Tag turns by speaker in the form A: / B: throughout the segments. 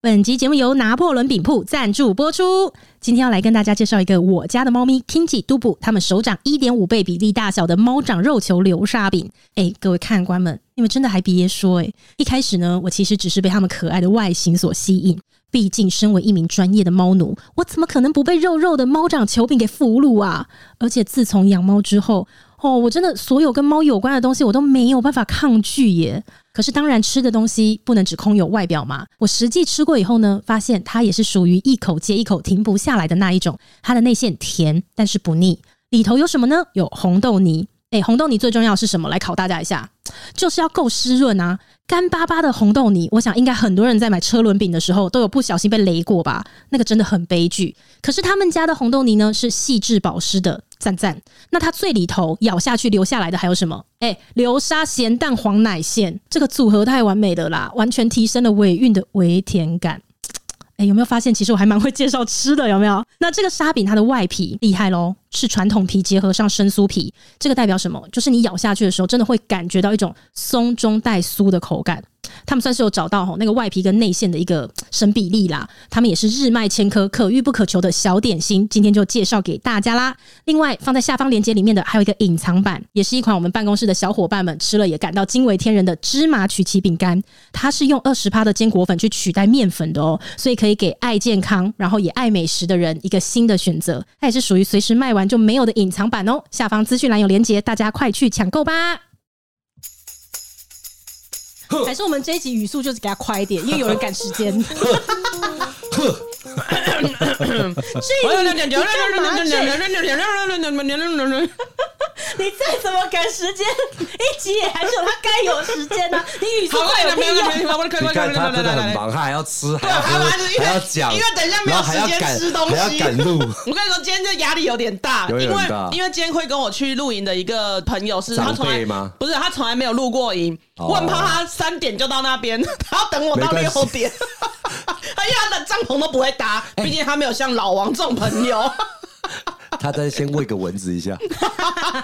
A: 本集节目由拿破仑饼铺赞助播出。今天要来跟大家介绍一个我家的猫咪 Kinji 都布，它们手掌一点五倍比例大小的猫掌肉球流沙饼。哎、各位看官们，你们真的还别说、哎，一开始呢，我其实只是被它们可爱的外形所吸引。毕竟，身为一名专业的猫奴，我怎么可能不被肉肉的猫掌球饼给俘虏啊？而且自从养猫之后，哦，我真的所有跟猫有关的东西，我都没有办法抗拒耶。可是当然，吃的东西不能只空有外表嘛。我实际吃过以后呢，发现它也是属于一口接一口停不下来的那一种。它的内馅甜，但是不腻。里头有什么呢？有红豆泥。诶，红豆泥最重要是什么？来考大家一下，就是要够湿润啊。干巴巴的红豆泥，我想应该很多人在买车轮饼的时候都有不小心被雷过吧？那个真的很悲剧。可是他们家的红豆泥呢，是细致保湿的，赞赞。那它最里头咬下去留下来的还有什么？哎、流沙咸蛋黄奶馅，这个组合太完美了啦，完全提升了尾韵的微甜感。哎，有没有发现其实我还蛮会介绍吃的？有没有？那这个沙饼它的外皮厉害喽，是传统皮结合上生酥皮，这个代表什么？就是你咬下去的时候，真的会感觉到一种松中带酥的口感。他们算是有找到吼那个外皮跟内馅的一个神比例啦。他们也是日脉千科，可遇不可求的小点心，今天就介绍给大家啦。另外，放在下方链接里面的还有一个隐藏版，也是一款我们办公室的小伙伴们吃了也感到惊为天人的芝麻曲奇饼干。它是用二十趴的坚果粉去取代面粉的哦，所以可以给爱健康，然后也爱美食的人一个新的选择。它也是属于随时卖完就没有的隐藏版哦。下方资讯栏有链接，大家快去抢购吧。还是我们这一集语速就是给它快一点，因为有人赶时间。 你再怎么赶时间，一集也还是有它该有的时间呢、你语速快有屁用？
B: 你看他真的很忙，他还要吃，还要
C: 还要
B: 喝
C: 啊玩因，为
B: 还要讲，
C: 因为等一下没有
B: 然后还要
C: 时间
B: 赶
C: 吃东西
B: 还要赶 路。
C: 我跟你说，今天这压力有点大，
B: 有
C: 因
B: 点
C: 为
B: 大
C: 因为今天会跟我去露营的一个朋友是，他
B: 长
C: 从来
B: 辈吗
C: 不是他从来没有露过营，
B: 哦
C: 我很怕他三点就到那边，他要等我到
B: 没关系
C: 六点，哎呀，他的帐篷都不会搭，毕竟他没有像老王这种朋友，
B: 他再先喂个蚊子一下，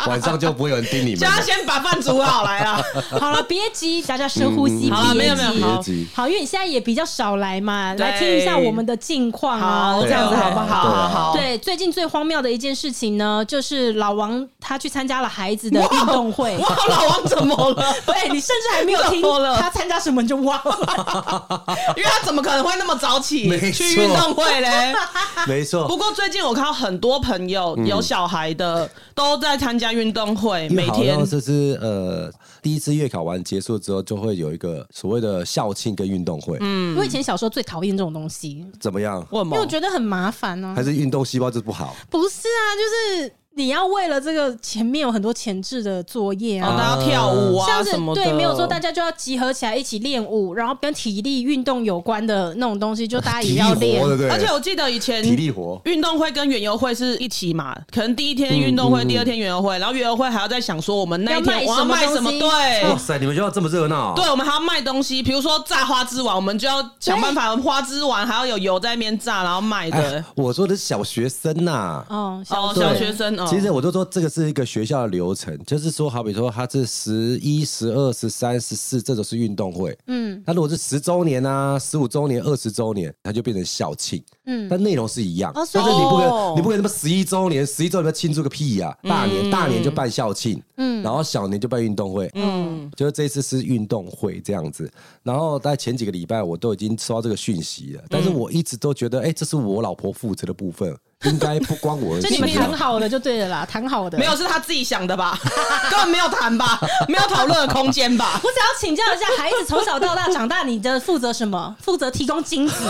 B: 晚上就不会有人盯你们
C: 叫
B: 了。
C: 他先把饭煮好来啦。
A: 好了，别急，大家深呼吸。
B: 嗯
C: 好啦
A: 别
C: 没有
A: 急
C: 没有
B: 别
C: 好
B: 急
A: 好，因为你现在也比较少来嘛，
C: 对
A: 来听一下我们的近况啊，
C: 好，
A: 这
C: 这
A: 样
C: 样
A: 子
C: 子
A: 好
C: 好
A: 不
C: 不
A: 好？
B: 对啊
C: 好？好，
A: 对，最近最荒谬的一件事情呢，就是老王他去参加了孩子的运动 会。
C: 哇，老王怎么了？
A: 对你甚至还没有听
C: 怎么了
A: 他参加什么，你就忘了。
C: 因为他怎么可能会那么早起
B: 没错
C: 去运动会嘞？
B: 没错
C: 不，过最近我看到很多朋友有小孩的、都在参加运动会，
B: 因为
C: 每
B: 嗯好
C: 天
B: 像就是呃，第一次月考完结束之后，就会有一个所谓的校庆跟运动会，嗯，
A: 我以前小时候最讨厌这种东西，因
B: 怎么样？
C: 问
A: 为
C: 吗
A: 我？觉得很麻烦啊
B: 还。是运动细胞就不好？
A: 不是啊，就是你要为了这个前面有很多前置的作业
C: 哦，
A: 啊。
C: 大家跳舞啊
A: 像是
C: 什么的，
A: 对，没有错，大家就要集合起来一起练舞，然后跟体力运动有关的那种东西，就大家
C: 哎
A: 也
B: 体力
A: 要练
B: 活，。对不对？
C: 而且我记得以前
B: 体力活，
C: 运动会跟园游会是一起嘛，可能第一天运动会，
B: 嗯
C: 第二天园游会，然后园游会还要在想说我们那一天我
A: 要
C: 要
A: 卖
C: 卖
A: 什
C: 什
A: 么
C: 么，
A: 东西
C: 对
B: 哇。塞，你们学校这么热闹？啊
C: 对，我们还要卖东西，比如说炸花枝丸，我们就要想办法花枝丸，还要有油在那边炸，然后卖的
B: 哎。，我说的是小学生呐。
A: 哦，
C: 哦，
B: 对
C: 小学生哦，
B: 其实我就说这个是一个学校的流程，就是说，好比说它是十一、十二、十三、十四，这种是运动会。嗯，那如果是十周年啊、十五周年、二十周年，它就变成校庆。嗯，但内容是一样，
A: 哦
B: 但
A: 所
B: 是
A: 以
B: 你不可
C: 哦
B: 能，你不可能他妈十一周年，十一周年庆祝个屁呀、大年大年就办校庆，嗯，然后小年就办运动会，嗯，就是这一次是运动会这样子。然后在前几个礼拜我都已经收到这个讯息了，但是我一直都觉得，哎、这是我老婆负责的部分。应该不 关我的
A: 就
B: 事。啊
A: 你们谈好的就对了啦，谈好的。
C: 没有，是他自己想的吧？ 根本没有谈吧，没有讨论的空间 吧？
A: 我想要请教一下，孩子从小到大长大，你的负责什么？负责提供精子，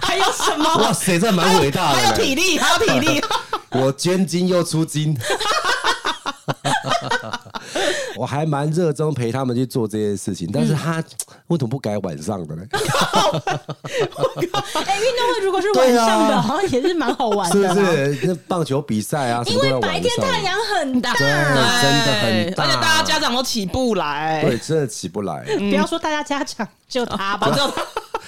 A: 还有什么？
B: 哇塞，这蛮伟大的
C: 还有
B: 呢。
C: 体力，还有体 力，
B: 我捐精又出精， 我还蛮热衷陪他们去做这件事情，但是他为什么不改晚上的呢？
A: 哎，运动会如果是晚上
B: 对
A: 的，
B: 啊
A: 好像也是蛮好玩
B: 是
A: 的啦。
B: 不是？那棒球比赛啊，什
A: 因
B: 么都
A: 为
B: 要
A: 白
B: 晚
A: 天
B: 上
A: 太阳啊很大，
B: 对，真的很大，
C: 哎而且大家家长都起不来。
B: 对真的起不来。
A: 不
C: 嗯
A: 要说大家家长，就他
C: 啊，
A: 吧
C: 反。正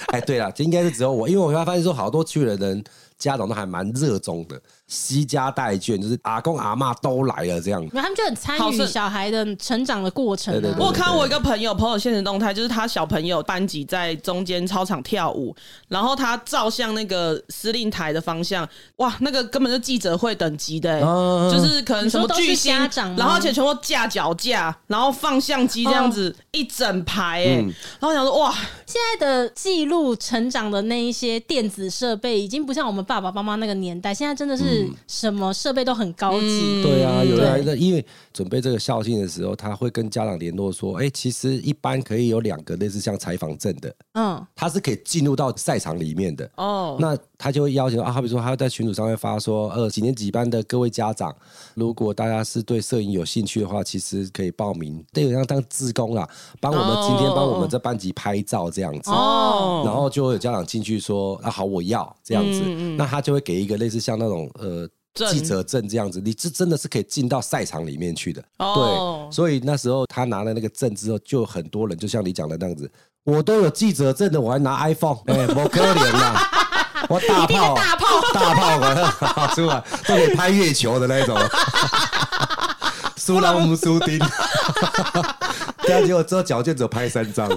B: 哎，对了，这应该是只有我，因为我后来发现说，好多去的人家长都还蛮热衷的，惜家带眷，就是阿公阿妈都来了这样。
A: 他们就很参
C: 好
A: 与
C: 是
A: 小孩的成长的过程、啊。
B: 对对对
C: 我有看到我一个朋友朋友现实动态，就是他小朋友班级在中间操场跳舞，然后他照向那个司令台的方向，哇，那个根本就记者会等级的、欸，
B: 嗯
C: 就是可能什么巨
A: 你说
C: 星
A: 都是家长吗，
C: 然后而且全部架脚架，然后放相机这样子、一整排、欸，然后我想说哇，
A: 现在的记录成长的那一些电子设备，已经不像我们爸爸妈妈那个年代，现在真的
B: 嗯
A: 是什么设备都很高
C: 嗯
A: 级。
B: 对啊，有人还
A: 对
B: 在因为准备这个校庆的时候，他会跟家长联络说，哎、其实一般可以有两个类似像采访证的，
A: 嗯，
B: 他是可以进入到赛场里面的。
C: 哦，
B: 那他就会要求啊，好比说他在群组上面发说，呃，几年几班的各位家长，如果大家是对摄影有兴趣的话，其实可以报名，对，有点像当志工啦，帮我们
C: 哦
B: 今天帮我们这班级拍照这样子。
C: 哦，
B: 然后就会有家长进去说啊好我要这样子，那他就会给一个类似像那种呃
C: 证
B: 记者证这样子，你这真的是可以进到赛场里面去的。
C: 哦
B: 对，所以那时候他拿了那个证之后，就有很多人就像你讲的那样子，我都有记者证的，我还拿 iPhone，哎、 我可怜啦。我大炮，大 炮，大炮，我 出来都可以拍月球的那一种，苏拉姆苏丁， 但结果之后脚就只有拍三张，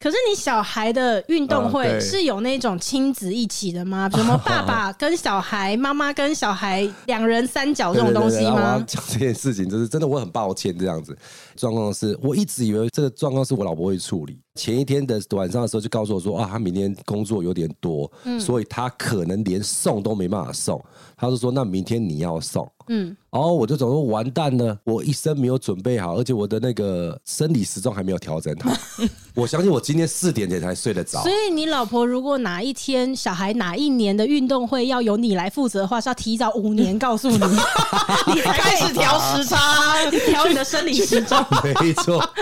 A: 可是你小孩的运动
B: 啊
A: 会
B: 对
A: 是有那种亲子一起的吗？什么爸爸跟小孩、妈妈跟小孩两人三角哦这种东西
B: 对对对对然后我要
A: 吗？
B: 讲这件事情，就是真的我很抱歉这样子。状况是我一直以为这个状况是我老婆会处理。前一天的晚上的时候就告诉我说啊，她明天工作有点多，
A: 嗯
B: 所以她可能连送都没办法送。她就说那明天你要送。
A: 嗯，
B: 然后我就总说完蛋了，我一生没有准备好，而且我的那个生理时钟还没有调整 好。我相信我今天四点前才睡得着
A: 所，以你老婆如果哪一天小孩哪一年的运动会要由你来负责的话，是要提早五年告诉你， 你才
C: 开
A: 可
C: 始调时差，
A: 以调你的生理时钟。
B: 没错。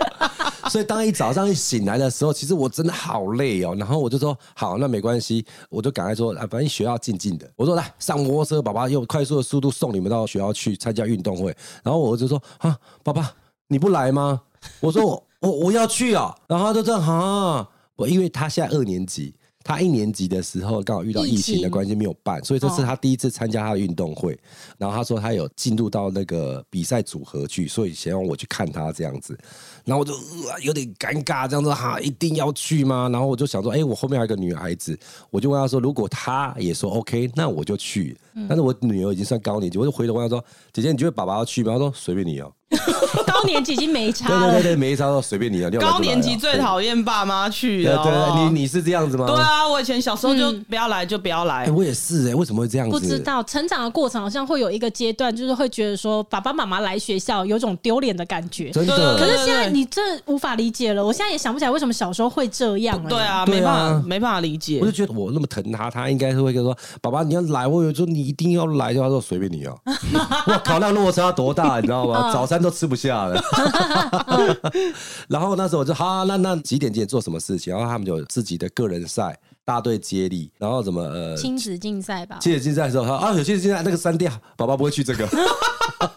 B: 所以当一早上一醒来的时候，其实我真的好累哦。然后我就说好，那没关系，我就赶快说啊，反正学校静静的。我说来上摩托车，爸爸用快速的速度送你们到学校去参加运动会。然后我儿子说啊，爸爸你不来吗？我说我我我要去哦。然后他就这样啊，我因为他现在二年级。他一年级的时候刚好遇到疫
A: 疫
B: 情
A: 情
B: 的关系没有办，所以这是他第一次参加他的运动会。然后他说他有进入到那个比赛组合去，所以想让我去看他这样子。然后我就、呃有点尴尬，这样子哈，一定要去吗？然后我就想说，哎、我后面还有一个女孩子，我就问她说，如果她也说 OK，那我就去。
C: 嗯
B: 但是我女儿已经算高年级，我就回头问她说，姐姐，你觉得爸爸要去吗？她说随便你哦、
A: 高年级已经没差
B: 对
A: 了。
B: 对对对，每一招都随便你哦、你要来就来啊。
C: 高年级最讨厌爸妈去
B: 对
C: 的，
B: 对
C: 好不好
B: 对，你你是这样子吗？
C: 对。啊，我以前小时候就不要来就不要来
B: 哎、，我也是哎、为什么会这样子？
A: 不知道成长的过程好像会有一个阶段，就是会觉得说爸爸妈妈来学校有种丢脸的感觉。
B: 真的。
C: 对啊
A: 可
C: 对
A: 是现在你这无法理解了，我现在也想不起来为什么小时候会这样、欸。
C: 对，啊，
B: 对啊
C: 没办法，没办法理解
B: 我就。觉得我那么疼他，他应该是会跟我说：“爸爸，你要来。”我有时候你一定要来，他说：“随便你哦。”我靠，那落差多大，你知道吗？早餐都吃不下了。然后那时候我就好、啊，那那几点几点做什么事情？然后他们有自己的个人赛、大队接力，然后怎么呃，
A: 哎亲子竞赛吧。
B: 亲子竞赛的时候，他说啊，有亲子竞赛那个删掉，爸爸不会去这个。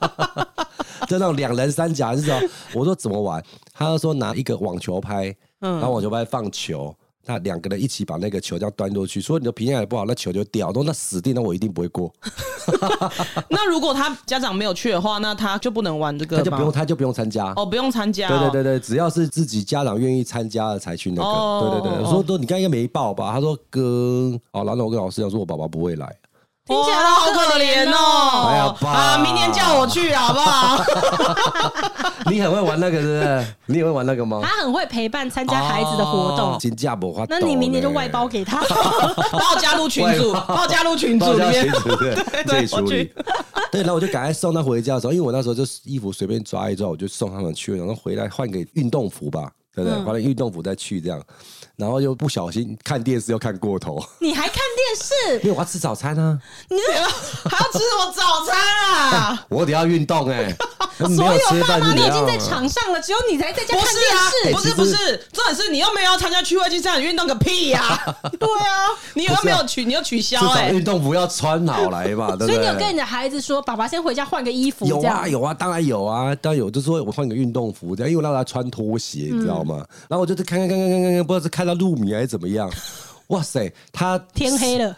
B: 就那种两人三甲是种，我说怎么玩？他就说拿一个网球拍，
C: 嗯
B: 然后网球拍放球，那两个人一起把那个球这样端过去。说你的平衡也不好，那球就掉。我说那死定了，我一定不会过，
C: 那如果他家长没有去的话，那他就不能玩这
B: 他
C: 个吗？
B: 就不用，他就不用参加。
C: 哦，不用参加哦。
B: 对对对对，只要是自己家长愿意参加的才去那
C: 哦
B: 个。对对对，我说都你刚应该没报吧？他说哥，哦，然后我跟老师讲说，我爸爸不会 来。
A: 听起来
C: 哇
A: 好
C: 好
A: 可
C: 可
A: 怜
C: 怜
A: 哦
C: 哦！
B: 哎呀爸
C: 啊，明天叫我去好不好？
B: 你很会玩那个，是不是？你也会玩那个吗？
A: 他很会陪伴参加孩子的活动。
B: 哦金价不花。
A: 那你明年就外包给 他，
C: 把我加入群组，
B: 外包
C: 把我加入群组
B: 包
C: 里
B: 家
C: 面
B: 群。主对
C: 对
B: 自己处
C: 我
B: 理
C: 去。
B: 对，然后我就赶快送他回家的时候，因为我那时候就是衣服随便抓一抓，我就送他们去，然后回来换个运动服吧，对
A: 嗯
B: 不对？换了运动服再去这样，然后又不小心看电视又看过 头，
A: 你还看电视？
B: 因为我要吃早餐啊，
C: 还要吃什么早餐啊？
B: 我得要运动哎、 没
A: 所
B: 有吃
A: 有爸
B: 饭
A: 妈
B: 是
A: 都
B: 怎
A: 已经
B: 样
A: 在
B: 啊？
A: 场上了，只有你才在家
C: 不
A: 看
C: 是啊，
A: 电
C: 不
A: 视。
C: 是
B: 其实
C: 不是，重点是你又没有要参加区外竞赛，你运动个屁呀、 对啊，你又没有取，你又取消
B: 至少
C: 哎、
B: 运动服要穿好来嘛，
A: 欸
B: 对不对？
A: 所以你有跟你的孩子说，爸爸先回家换个衣服，
B: 有
A: 这样
B: 啊有啊，当然有啊，当然有，就是说我换个运动服这
A: 嗯
B: 样，因为我让他穿拖鞋，你知道吗？然后我就是看看看看看看，不知道是看到入迷还是怎么样，哇塞，他
D: 天黑 了，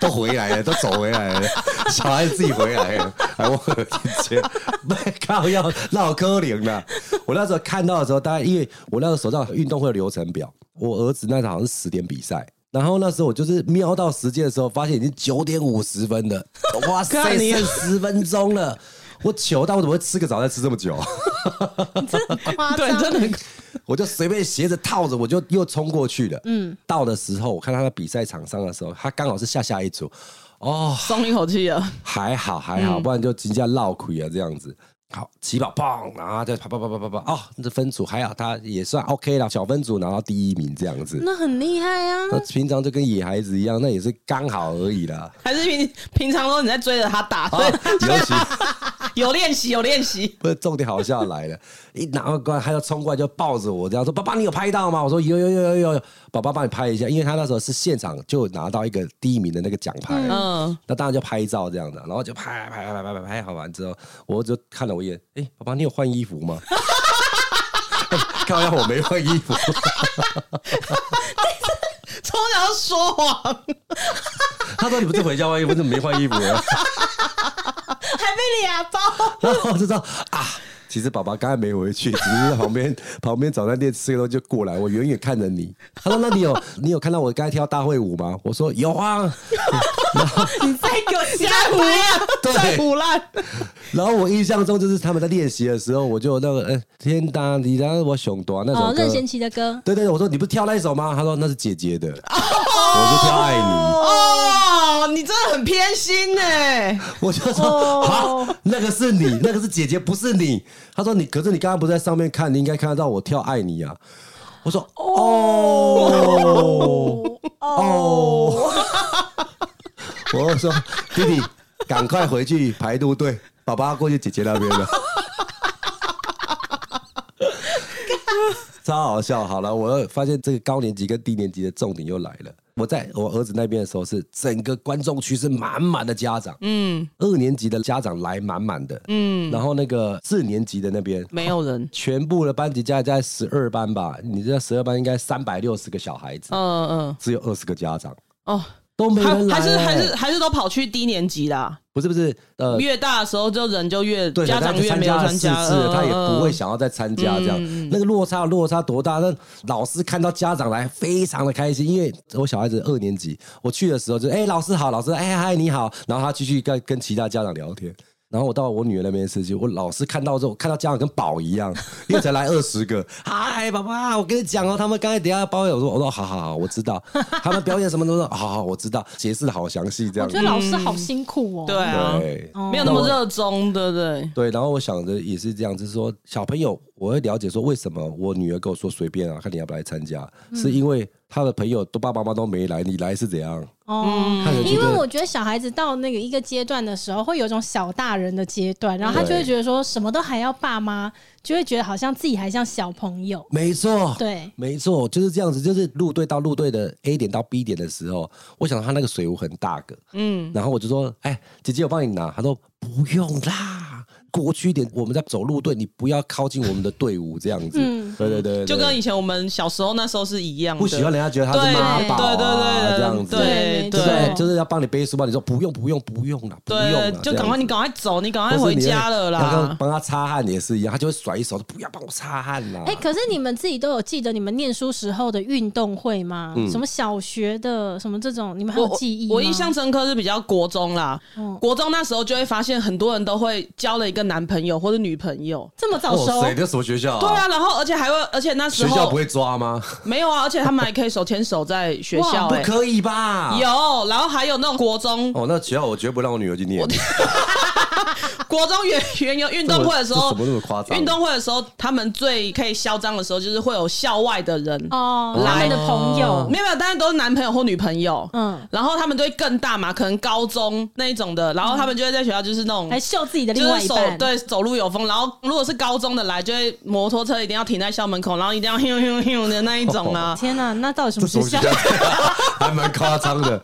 B: 都回来了，都走回来了， 小孩自己回来了， 还忘了天接，没靠要唠科林了。我那时候看到的时候，大概因为我那个手上有运动会的流程表，我儿子那场好像是十点比赛。然后那时候我就是瞄到时间的时候，发现已经九点五十分了，哇塞，
D: 看你
B: 剩十分钟了，我糗到我怎么会吃个早餐吃这么久？啊
A: 夸
C: 对，真的很
B: 我就随便鞋子套着，我就又冲过去了。嗯，到的时候，我看他的比赛场上的时候，他刚好是下下一组，哦，
C: 松一口气了。
B: 还好还好，不然就直接落亏啊这样子。好，起跑砰，然后再啪啪啪啪啪啪，哦，这分组还好，他也算 OK 了，小分组拿到第一名这样子。
A: 那很厉害啊！
B: 那平常就跟野孩子一样，那也是刚好而已啦。
C: 还是平平常都你在追着他 打，
B: 啊
C: 所以，
B: 尤其
C: 有练习有练习。
B: 不是重点，好笑来了，一拿到冠，他就冲过来就抱着我，这样说：“爸爸，你有拍到吗？”我说：“有有有有有有，爸爸帮你拍一下。”因为他那时候是现场就拿到一个第一名的那个奖牌，
C: 嗯，
B: 那当然就拍照这样的，然后就拍拍拍拍拍拍好完之后，我就看了我一眼，哎、爸爸，你有换衣服吗？看一下我没换衣服，
C: 从小就说谎，
B: 他说你不是回家换衣服，你怎么没换衣服啊？
D: 还被俩包。
B: 然后我就知道啊，其实爸爸刚才没回去，只是在旁边旁边早餐店吃个东西就过来，我远远看着你。他说：“那你有你有看到我刚才跳大会舞吗？”我说：“有啊。
D: 你再给我加
C: 在胡乱，
B: 对
C: 在胡乱。”
B: 然后我印象中就是他们在练习的时候，我就有那个呃、天大你让我熊多 那首
A: 哦，任
B: 歌。
A: 贤齐的歌，
B: 对对对，我说你不是跳那一首吗？他说那是姐姐的，我就跳爱你，
C: 哦，你真的很偏心呢。
B: 我就说啊，那个是你，那个是姐姐，不是你。他说你，可是你刚刚不是在上面看，你应该看得到我跳爱你啊。我说哦哦，我就说弟弟，赶快回去排路队，爸爸过去姐姐那边 了。超好笑！好了，我又发现这个高年级跟低年级的重点又来了。我在我儿子那边的时候，是整个观众区是满满的家长，嗯，二年级的家长来满满的，嗯，然后那个四年级的那边
C: 没有人，
B: 全部的班级加起来十二班吧，你这十二班应该三百六十个小孩子，
C: 嗯嗯，
B: 只有二十个家长，
C: 哦，
B: 都没人来、
C: 还还是
B: 欸
C: 还是还是都跑去低年级啦。
B: 不是不是呃。
C: 越大的时候就人就越
B: 对，
C: 家
B: 他
C: 长
B: 就
C: 越
B: 参
C: 没有
B: 加了
C: 参
B: 四次
C: 加，
B: 了，他也不会
C: 嗯。嗯嗯嗯
B: 想要再参加这样。那个落差落差多大？那老师看到家长来，非常的开心，因为我小孩子二年级，我去的时候就哎、老师好，老师哎嗨你好，然后他继续跟跟其他家长聊天。然后我到我女儿那边的事情，我老师看到之后，看到家长跟宝一样，因为才来二十个。 嗨，爸爸，我跟你讲哦，他们刚才等一下包有说，我说好好好，我知道， 他们表演什么什么，好好我知道，解释的好详细这
A: 我
B: 样
A: 觉
B: 子
A: 得。老师
B: 嗯
A: 好辛苦哦。
C: 对啊，
B: 对，
C: 没有那么热衷，对不对？
B: 对，然后我想着也是这样，就是说小朋友，我会了解说为什么我女儿跟我说随便啊，看你要不要来参加，
C: 嗯
B: 是因为她的朋友都爸爸妈妈都没来，你来是怎样？
C: 嗯
A: 哦，
B: 看着觉
D: 因为
B: 得
D: 我觉得小孩子到那个一个阶段的时候，会有一种小大人的阶段，然后他就会觉得说什么都还要爸妈，就会觉得好像自己还像小朋 友。
B: 没错，
D: 对
B: 没错，就是这样子，就是路队到路队的 A 点到 B 点的时候，我想他那个水壶很大个，嗯，然后我就说，哎，姐姐我帮你拿，他说不用啦。过去一点，我们在走路队，你不要靠近我们的队伍，这样子。对对对对
C: 嗯就跟以前我们小时候那时候是一样的，
B: 不喜欢人家觉得他是妈宝啊，
C: 对对对，
B: 这样子。
C: 对
B: 就是
D: 对
B: 哎
C: 对
B: 就是要帮你背书包，你说不用不用不用了，不用啦
C: 对，就赶快你。赶快走，你赶
B: 这样
C: 快
B: 子
C: 回家了
B: 或是你要
C: 啦
B: 帮。帮他擦汗也是一样，他就会甩一手，不要帮我擦汗啦。
D: 哎、可是你们自己都有记得你们念书时候的运动会吗？
B: 嗯
D: 什么小学的，什么这种，你们还
C: 我
D: 有记忆吗嗯
C: 我印象深刻是比较国中啦，国中那时候就会发现很多人都会交了一个男朋友或者女朋友，
D: 这么早熟，
B: 这什么学校啊
C: 对啊，然后而且还会，而且那时候
B: 会抓吗？
C: 没有啊，而且他们还可以手牵手在学校、
B: 不
C: 欸，
B: 可以吧？
C: 有，然后还有那种国中
B: 啊哦，那学校我绝不让我女儿去念。
C: 国中原原有运动会的时候，
B: 这怎么这怎么那么夸张
C: 运动会的时候，他们最可以嚣张的时候，就是会有校外的人。
D: 哦，他们的朋
B: 哦
D: 友，
C: 没有没有，当然都是男朋友或女朋友，
D: 嗯
C: 嗯，然后他们就会更大嘛，可能高中那一种的，然后他们就会在学校就是那种，
D: 还秀自己的另
C: 就
D: 外
C: 是
D: 一
C: 手
D: 半，
C: 对走路有风，然后如果是高中的来，就会摩托车一定要停在校门口，然后一定要咻咻咻的那一种啊，
B: 哦
D: 天哪、那到底什么学校？
B: 还 蛮夸张的，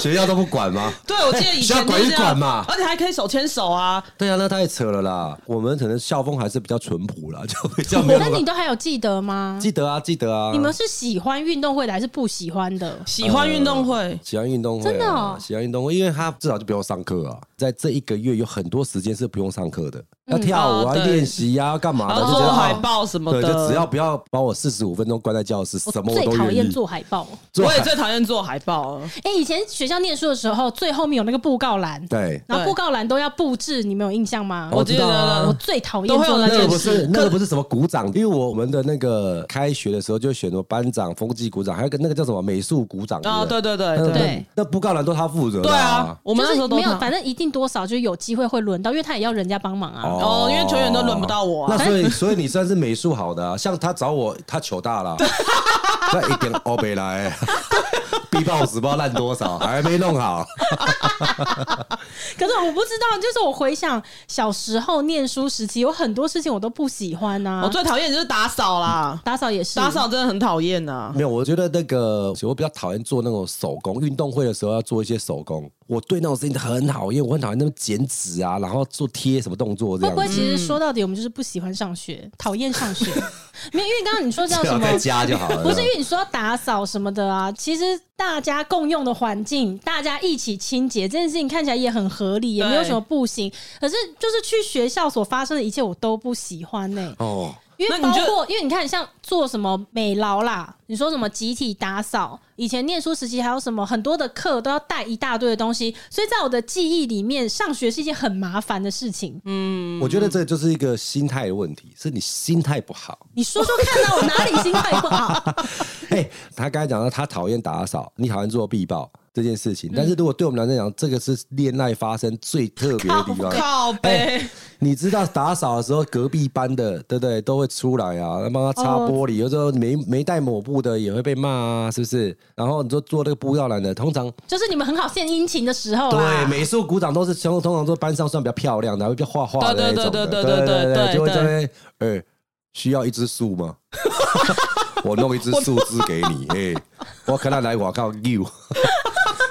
B: 学校都不管吗？
C: 对，我记得以前就是这
B: 学校
C: 样
B: 管一管嘛
C: 而且还可以手牵牵手啊，
B: 对啊，那太扯了啦。我们可能校风还是比较淳朴啦，就比
C: 哦
B: 较没有
A: 那
B: 办法
A: 你都还有记得吗？
B: 记得啊，记得啊。
A: 你们是喜欢运动会的还是不喜欢的？
C: 喜欢运动会，
B: 喜欢运动会、啊，
A: 真的哦
B: 喜欢运动会，因为他至少就不用上课啊，在这一个月有很多时间是不用上课的，
A: 嗯
B: 要跳舞啊、
C: 哦对
B: 练习啊、干嘛
C: 然
B: 的，
A: 哦
C: 后
B: 就觉得
C: 做海
B: 啊
C: 报什么
B: 对，
C: 的。
B: 就只要不要把我四十五分钟关在教室，
A: 我
B: 什么
A: 最
B: 都
A: 讨
B: 愿
A: 厌
B: 意。
A: 做海报。
B: 做
C: 我也
B: 海
C: 最讨厌做海报了。
A: 哎、以前学校念书的时候，最后面有那个布告栏，
B: 对，
A: 然后
C: 对
A: 布告栏都要布置，你们有印象吗？
C: 我
B: 我
C: 觉
B: 知
C: 得
B: 道
A: 我
B: 啊。
A: 最讨
C: 都
A: 厌
C: 会有
A: 做
C: 那
A: 那
B: 那
A: 件
B: 个
A: 事
B: 不是
C: 可
B: 那个不是什么鼓掌，因为我们的那个开学的时候就选什么班长、风纪鼓掌，还有个那个叫什么美术鼓掌
C: 啊，对
B: 对
C: 对对
B: 不
C: 对
A: 对
B: 那那布告栏都他负责的
C: 对啊，，我们那时
A: 就是
C: 候都
A: 没有，
C: 这样
A: 反正一定多少就有机会会轮到，因为他也要人家帮忙啊。
C: 哦因为球员都轮不到我啊
B: 那所以所以你算是美术好的啊，像他找我，他球大了，啊那一点欧北来。B box 不知道烂多少，还没弄好。
A: 可是我不知道，就是我回想小时候念书时期，有很多事情我都不喜欢呐、
C: 我最讨厌就是打扫啦，
A: 打扫也是，
C: 打扫真的很讨厌啊呐。
B: 没有，我觉得那个我比较讨厌做那种手工，运动会的时候要做一些手工，我对那种事情很讨厌，我很讨厌那种剪纸啊，然后做贴什么动作这
A: 会
B: 样
A: 不会
B: 子。
A: 其实说到底，我们就是不喜欢上学，讨厌上学？ 没有，因为刚刚你说这样
B: 只
A: 什
B: 要
A: 么
B: 在家就好了。
A: 不是因为你说打扫什么的啊，其实大家共用的环境，大家一起清洁这件事情看起来也很合理，也没有
C: 对
A: 什么不行。可是就是去学校所发生的一切，我都不喜欢呢、
B: 哦，
A: 因
C: 那
A: 为
C: 你
A: 包
C: 就
A: 括，因为你看，像做什么美劳啦，你说什么集体打扫，以前念书时期还有什么很多的课都要带一大堆的东西，所以在我的记忆里面，上学是一件很麻烦的事情。
C: 嗯
B: 我觉得这就是一个心态的问题，是你心态不好。
A: 你说说看啊，我哪里心态不好？
B: 哎、他刚才讲到他讨厌打扫，你讨厌做必报这件事情，但
C: 嗯
B: 是如果对我们来讲，这个是恋爱发生最特别的地方。
C: 靠
B: 哎
C: 背，
B: 你知道打扫的时候，隔壁班的对不对都会出来啊，帮他擦
C: 哦
B: 玻璃，有时候没没带抹布的也会被骂啊，是不是？然后你说做那个布料栏的，通常
A: 就是你们很好献殷勤的时候啊
B: 对
A: 啦。
B: 美术鼓掌都是通通常都班上算比较漂亮的，会比较画画的那种的，对
C: 对对对对对
B: 对
C: 对对
B: 就会在那边，哎、需要一支树 吗？我弄一支树枝给你，哎、我看他来我靠 you。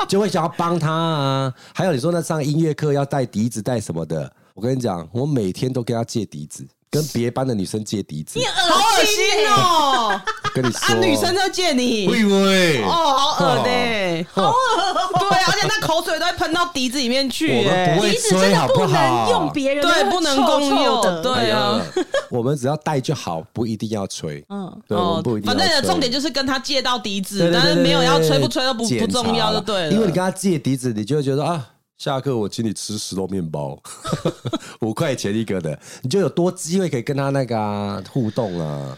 B: 就会想要帮他啊，还有你说那上音乐课要带笛子带什么的，我跟你讲，我每天都跟他借笛子，跟别班的女生借笛子，
A: 欸
C: 好恶心哦！
B: 跟你
C: 啊，
B: 说，
C: 女生在借你，
B: 喂喂，
C: 哦，好恶的，
B: 哦
C: 对，啊而且那口水都会喷到笛子里面去，
B: 我们不
C: 哎
B: 会
A: 鼻子真
B: 吹
A: 的
B: 好
A: 不
B: 好？
A: 能用别人的，
C: 对
A: 会
C: 不能
A: 臭
C: 共
A: 臭
C: 用
A: 的
C: 对
B: 哎呀
C: 啊，
B: 我们只要带就好，不一定要吹。
A: 嗯，
B: 对，我们不一定要
C: 哦反
B: 吹。
C: 正你的重点就是跟他借到笛子
B: 对，对
C: 但
B: 对
C: 是
B: 对
C: 没有要
B: 对
C: 吹
B: 对
C: 不吹都不不
B: 检查
C: 重要，就对了。
B: 因为你跟他借笛子，你就会觉得啊。下课我请你吃石头面包， 五块钱一个的，你就有多机会可以跟他那个啊、互动啊。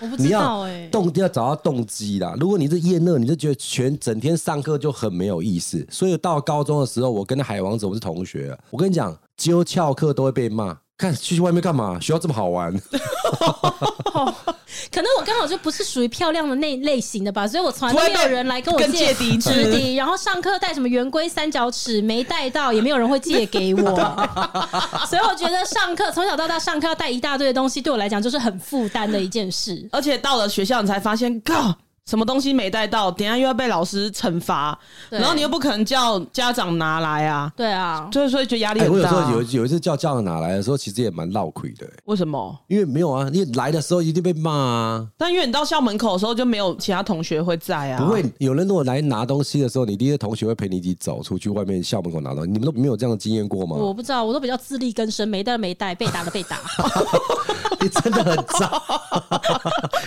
A: 我不
B: 你
A: 知道
B: 要
C: 欸
A: 哎、
B: 动要找到动机啦。如果你是厌恶，你就觉得全整天上课就很没有意思。所以到高中的时候，我跟海王子我们是同学，我跟你讲，揪翘课都会被骂。看去外面干嘛？学校这么好玩，
A: 可能我刚好就不是属于漂亮的那类型的吧，所以我从来
C: 不
A: 都
C: 会
A: 没有
C: 被
A: 人来跟我
C: 跟
A: 借
C: 借笛子
A: 直 笛，然后上课带什么圆规、三角尺，没带到，也没有人会借给我，所以我觉得上课从小到大上课要带一大堆的东西，对我来讲就是很负担的一件事。
C: 而且到了学校，你才发现，靠，什么东西没带到，等一下又要被老师惩罚，
A: 对
C: 然后你又不可能叫家长拿来啊，
A: 对啊，
C: 所以所以觉得压力
B: 哎我
C: 很
B: 有时
C: 大。啊
B: 候有有一次叫家长拿来的时候，其实也蛮闹亏的、
C: 为什么？
B: 因为没有啊，你来的时候一定被骂啊。
C: 但因为你到校门口的时候，就没有其他同学会在啊。
B: 不会，有人如果来拿东西的时候，你第一个同学会陪你一起走出去外面校门口拿东西，你们都没有这样的经验过
A: 我
B: 吗？
A: 不知道，我都比较自力更生，没带没带，被打的被打。
B: 你真的很糟。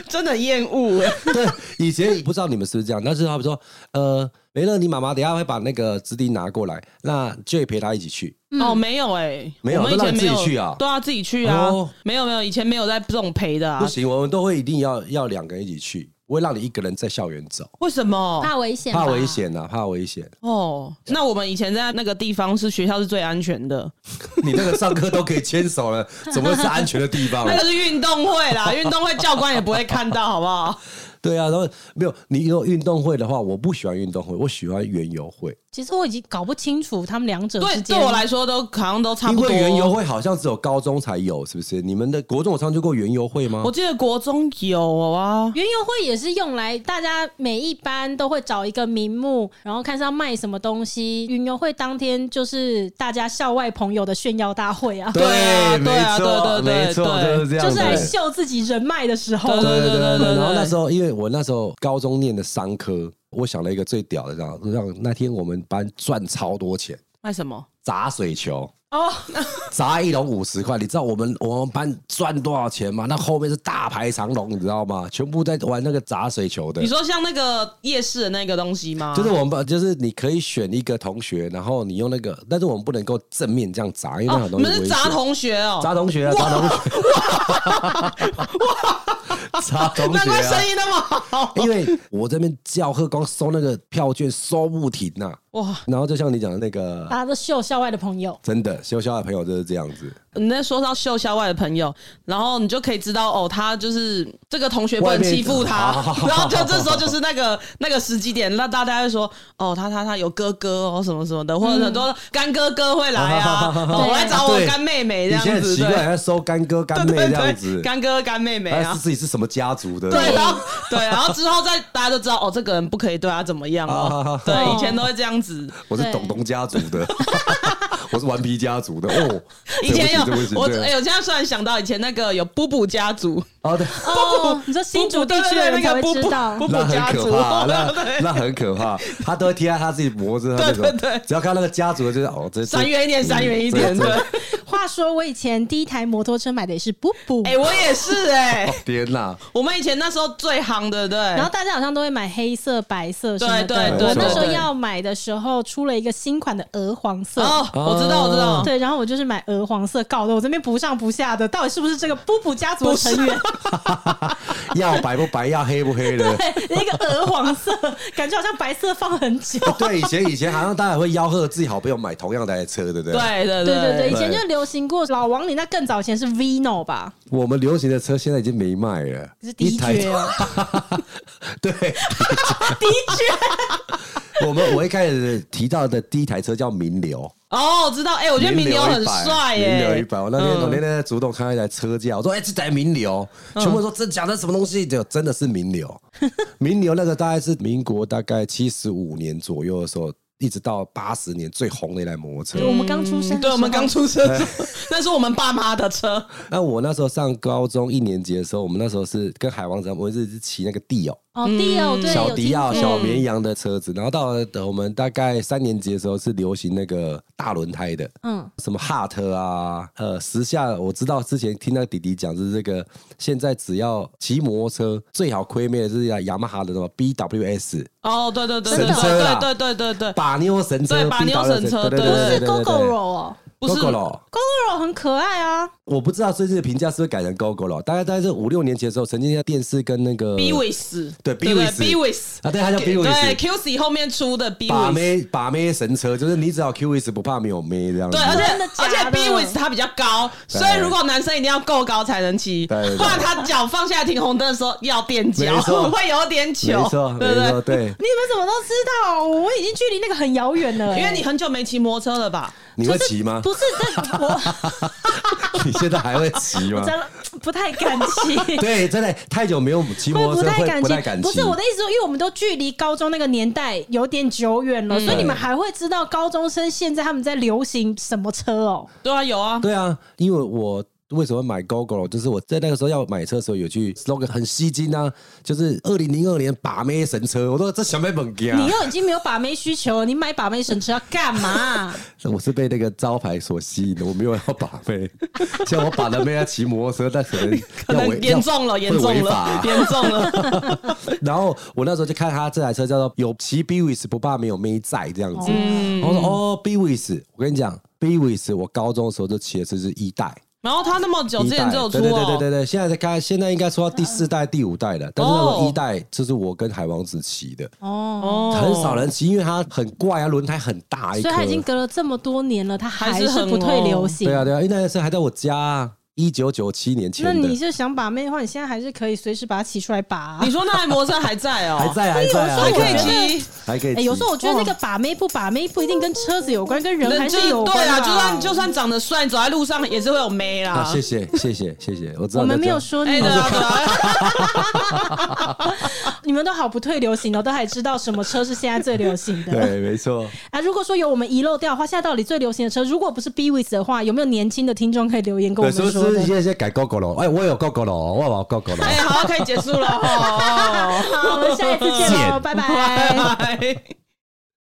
C: 真的很厌恶哎。
B: 对，以前不知道你们是不是这样，但是他们说，呃，梅乐，你妈妈等一下会把那个纸笛拿过来，那就也陪她一起去。
C: 哦，没有哎，
B: 没有
C: 我们以
B: 都
C: 前
B: 让你
C: 没有
B: 自己去啊
C: 对啊，自己去啊
B: 哦，
C: 没有没有，以前没有在这种陪的
B: 不
C: 啊。
B: 行，我们都会一定要要两个人一起去，不会让你一个人在校园走，
C: 为什么？
A: 怕危险，
B: 怕危。险呐、怕危险。
C: 哦，那我们以前在那个地方是学校是最安全的，
B: 你那个上课都可以牵手了，怎么会是安全的地方呢啊
C: 那个是运动会啦，运动会教官也不会看到，好不好？
B: 对啊，然后没有你有运动会的话，我不喜欢运动会，我喜欢园游会。
A: 其实我已经搞不清楚他们两者
C: 对
A: 之，间。
C: 对我来说都好像都差
B: 因
C: 不多。
B: 为园游会好像只有高中才有，是不是？你们的国中有参加过园游会吗
C: 我？记得国中有啊，
A: 园游会也是用来大家每一班都会找一个名目，然后看是要卖什么东西。园游会当天就是大家校外朋友的炫耀大会啊，
C: 对啊
B: 没
C: 对啊
B: 错，
C: 对对对
B: 没错，
C: 对啊
B: 就是这样
A: 就
B: 子
A: 是来秀自己人脉的时候
C: 对。啊
B: 对对对对。
C: 对
B: 然后那时候，因为我那时候高中念的商科，我想了一个最屌的，让让那天我们班赚超多钱，
C: 卖什么？
B: 砸水球。
A: 哦，
B: 砸一笼五十块，你知道我们我们班赚多少钱吗？那后面是大排长龙，你知道吗？全部在玩那个砸水球的
C: 你。说像那个夜市的那个东西吗？哦
B: 就是我们班，就是你可以选一个同学，然后你用那个，但是我们不能够正面这样砸，因为那
C: 哦
B: 很，
C: 你
B: 容易
C: 们
B: 危
C: 是
B: 险。
C: 砸同学哦，
B: 砸同学啊，砸同学，砸同
C: 难
B: 学
C: 怪
B: 啊
C: 生！意那么好。
B: 因为我这边教课光收那个票券收不停呐、
C: 哇，
B: 然后就像你讲的那个，
A: 大家都秀校外的朋友。
B: 真的修校的朋友就是这样子，
C: 你在说到秀校外的朋友，然后你就可以知道哦，他就是这个同学不能欺负他
B: 外面好好，好
C: 然后就这时候就是那个那个时机点，那大家会说哦，他他他有哥哥哦，什么什么的，或者很多干哥哥会来 啊，哦我来找我
B: 对
C: 干妹妹哎这
B: 以前
C: 样
B: 很
C: 子，
B: 奇怪，
C: 对
B: 要收干哥干妹
C: 对对
B: 这样
C: 对，
B: 子，
C: 干哥干妹妹
B: 还
C: 啊
B: 是。自己是什么家族的？
C: 对，然后对，然后之后再大家就知道哦，这个人不可以对他怎么样
B: 啊
C: 哦。对，以前都会这样子。
B: 我是董董家族的， 我是顽皮家族的哦。
C: 以前有
B: 对不起对不起
C: 我，
B: 对
C: 哎、我现在突然想到以前那个有布布家族，
B: 哦对，
A: 哦，你说新竹地区的人才会知道
C: 布 布
B: 那
C: 家
B: 很
C: 族
B: 可 怕，那
C: 对
B: 那很可怕，他都会贴在他自己脖子上那种
C: 对对对，
B: 只要看到那个家族的，就是哦，这
C: 闪远一点，闪远一点，对。哎、
A: 话说我以前第一台摩托车买的也是布布，
C: 我也是哎、
B: 天哪！
C: 我们以前那时候最夯的，对。
A: 然后大家好像都会买黑色、白色什么的。
C: 对哎对
B: 对
A: 我那时候
C: 对
A: 要买的时候出了一个新款的鹅黄色。
C: 哦，我知道，我知道，
A: 对，然后我就是买鹅黄色，搞得我这边不上不下的，到底是不是这个布布家族的成 员？
B: 要白不白，要黑不黑的。
A: 对，一个鹅黄色，感觉好像白色放很久。
B: 对，以前以前好像大家会吆喝自己好朋友买同样台车，对不对？，
C: 对对
A: 对对对，以
B: 对
A: 前就流行过老王，你那更早以前是 Vino 吧？
B: 我们流行的车现在已经没卖了，
A: 是 DJ 哦，
B: 对 我们我一开始提到的第一台车叫名流，
C: 哦，我知道，哎、我觉得名流很帅
B: 名
C: 耶、
B: 流一百。我那天我那天在主动看到一台车架，我说：“哎、这台名流。”
C: 嗯
B: 全部说：“这讲的什么东西？”就真的是名 流。名流那个大概是民国大概七十五年左右的时候，一直到八十年最红的一台摩托车。
A: 我们刚出生，
C: 对，我们刚。出生的时候，那是我们爸妈的车。
B: 那我那时候上高中一年级的时候，我们那时候是跟海王子，我们是骑那个地哦，
C: 嗯
A: 哦，迪奥对，
B: 小
A: 有
B: 迪奥、
A: 听
B: 小绵羊的车子。然后到了我们大概三年级的时候，是流行那个大轮胎的，
A: 嗯，
B: 什么哈特啊，呃，时下我知道之前听到弟弟讲是这个，现在只要骑摩托车最好亏灭的是雅马哈的什么 BWS
C: 哦，对对对对
B: 神车啦
C: 对对对对对，
B: 把妞神车，
C: 对把妞神车
B: 对
A: 不是
B: 对对对
A: GoGoRo 哦
C: 不是
B: g o g o
A: ，GoGoRo 很可爱啊，
B: 我不知道最近的评价是不是改成 GoGo 了，大概大概是五六年前的时候，曾经在电视跟那个
C: b w i s
B: 对
C: b w i
B: Bwis
C: s b w i s
B: 啊对它叫 Bwis
C: 对 QC 后面出的 b w
B: 把
C: i s
B: 妹把妹神车，就是你只要 QS 不怕没有妹这样子
C: 对，。而且
A: 真的假
C: 而
A: 的
C: 且 B w i s 它比较高，
B: 对
C: 所以如果男生一定要够高才能骑，
B: 对对对
C: 不然他脚放下来停红灯的时候要垫脚
B: 没，错
C: 会有点
B: 没
C: 糗，
B: 错，
C: 对
B: 没
C: 不
B: 错，
C: 对？
B: 对，
A: 你们怎么都知道？我已经距离那个很遥远了欸，
C: 因为你很久没骑摩托车了吧？
B: 你会骑吗？
A: 不是，但我
B: 你现在还会骑 吗？
A: 真的不太敢骑。
B: 对，真的太久没有骑摩
A: 不
B: 托车，
A: 太
B: 会
A: 敢
B: 不太
A: 骑，
B: 敢骑。
A: 不是我的意思说，因为我们都距离高中那个年代有点久远了，所以你们还会知道高中生现在他们在流行什么车哦？
C: 对啊，有啊，
B: 对啊，因为我为什么买 GoGo，就是我在那个时候要买车的时候有去 slogan 很吸睛啊，就是二零零二年把妹神车，我说这小妹本家，
A: 你又已经没有把妹需求了，你买把妹神车要干嘛、
B: 我是被那个招牌所吸引的，我没有要把 妹，像我把了妹要骑摩托车，但可能
C: 可
B: 要违
C: 能严重了，
B: 要
C: 严重
B: 会违法啊
C: 了， 严重了。
B: 然后我那时候就看他这台车叫做有骑 b w i s 不怕没有妹在这样子，
C: 嗯
B: 然后我说哦 b w i s 我跟你讲 b w i s 我高中的时候就骑的车是一代。
C: 然后他那么久之
B: 一代
C: 前就有出
B: 对对对对
C: 哦，
B: 对对，现在在看，现在应该说到第四代、第五代了。但是那
C: 哦
B: 个一代就是我跟海王子骑的，
A: 哦，
C: 哦
B: 很少人骑，因为它很怪啊，轮胎很大一
A: 所
B: 颗
A: 以他。已经隔了这么多年了，他还
C: 还是
A: 是
C: 很
A: 不退流行。
B: 对啊对啊，因为那台车还在我家啊，一九九七年
A: 那
B: 前
A: 你
B: 的，
A: 是想把妹的话，你现在还是可以随时把它骑出来拔啊、
C: 你说那台摩托车还在哦、
B: 还在还在啊，还
C: 还可
B: 在
C: 以
B: 啊
C: 骑，
B: 还可
A: 哎、
B: 以骑。
A: 有时候我觉得那个把妹不把妹不一定跟车子有关，跟人还
C: 就是
A: 有
C: 对
A: 关
C: 啦，
A: 啊。
C: 就算就算长得帅，走在路上也是会有妹啦
B: 啊，。谢谢谢谢谢谢，我知道
A: 我
B: 你在
A: 们没有
B: 讲
A: 说
C: 哎，
A: 你
C: 对，啊对啊，
A: 你们都好不退流行哦，都还知道什么车是现在最流行的。
B: 对，没错。
A: 啊，如果说有我们遗漏掉的话，现在到底最流行的车，如果不是 B w i s 的话，有没有年轻的听众可以留言跟我
B: 对，是
A: 们
B: 不
A: 说
B: 是
A: 的？
B: 现在改 GoGo 了？哎，我有 GoGo 了，我有 GoGo 了
C: 哎，。好，可以结束了哦。
A: 好，我们下一次见喽，
B: 见
A: 拜拜。
C: 拜。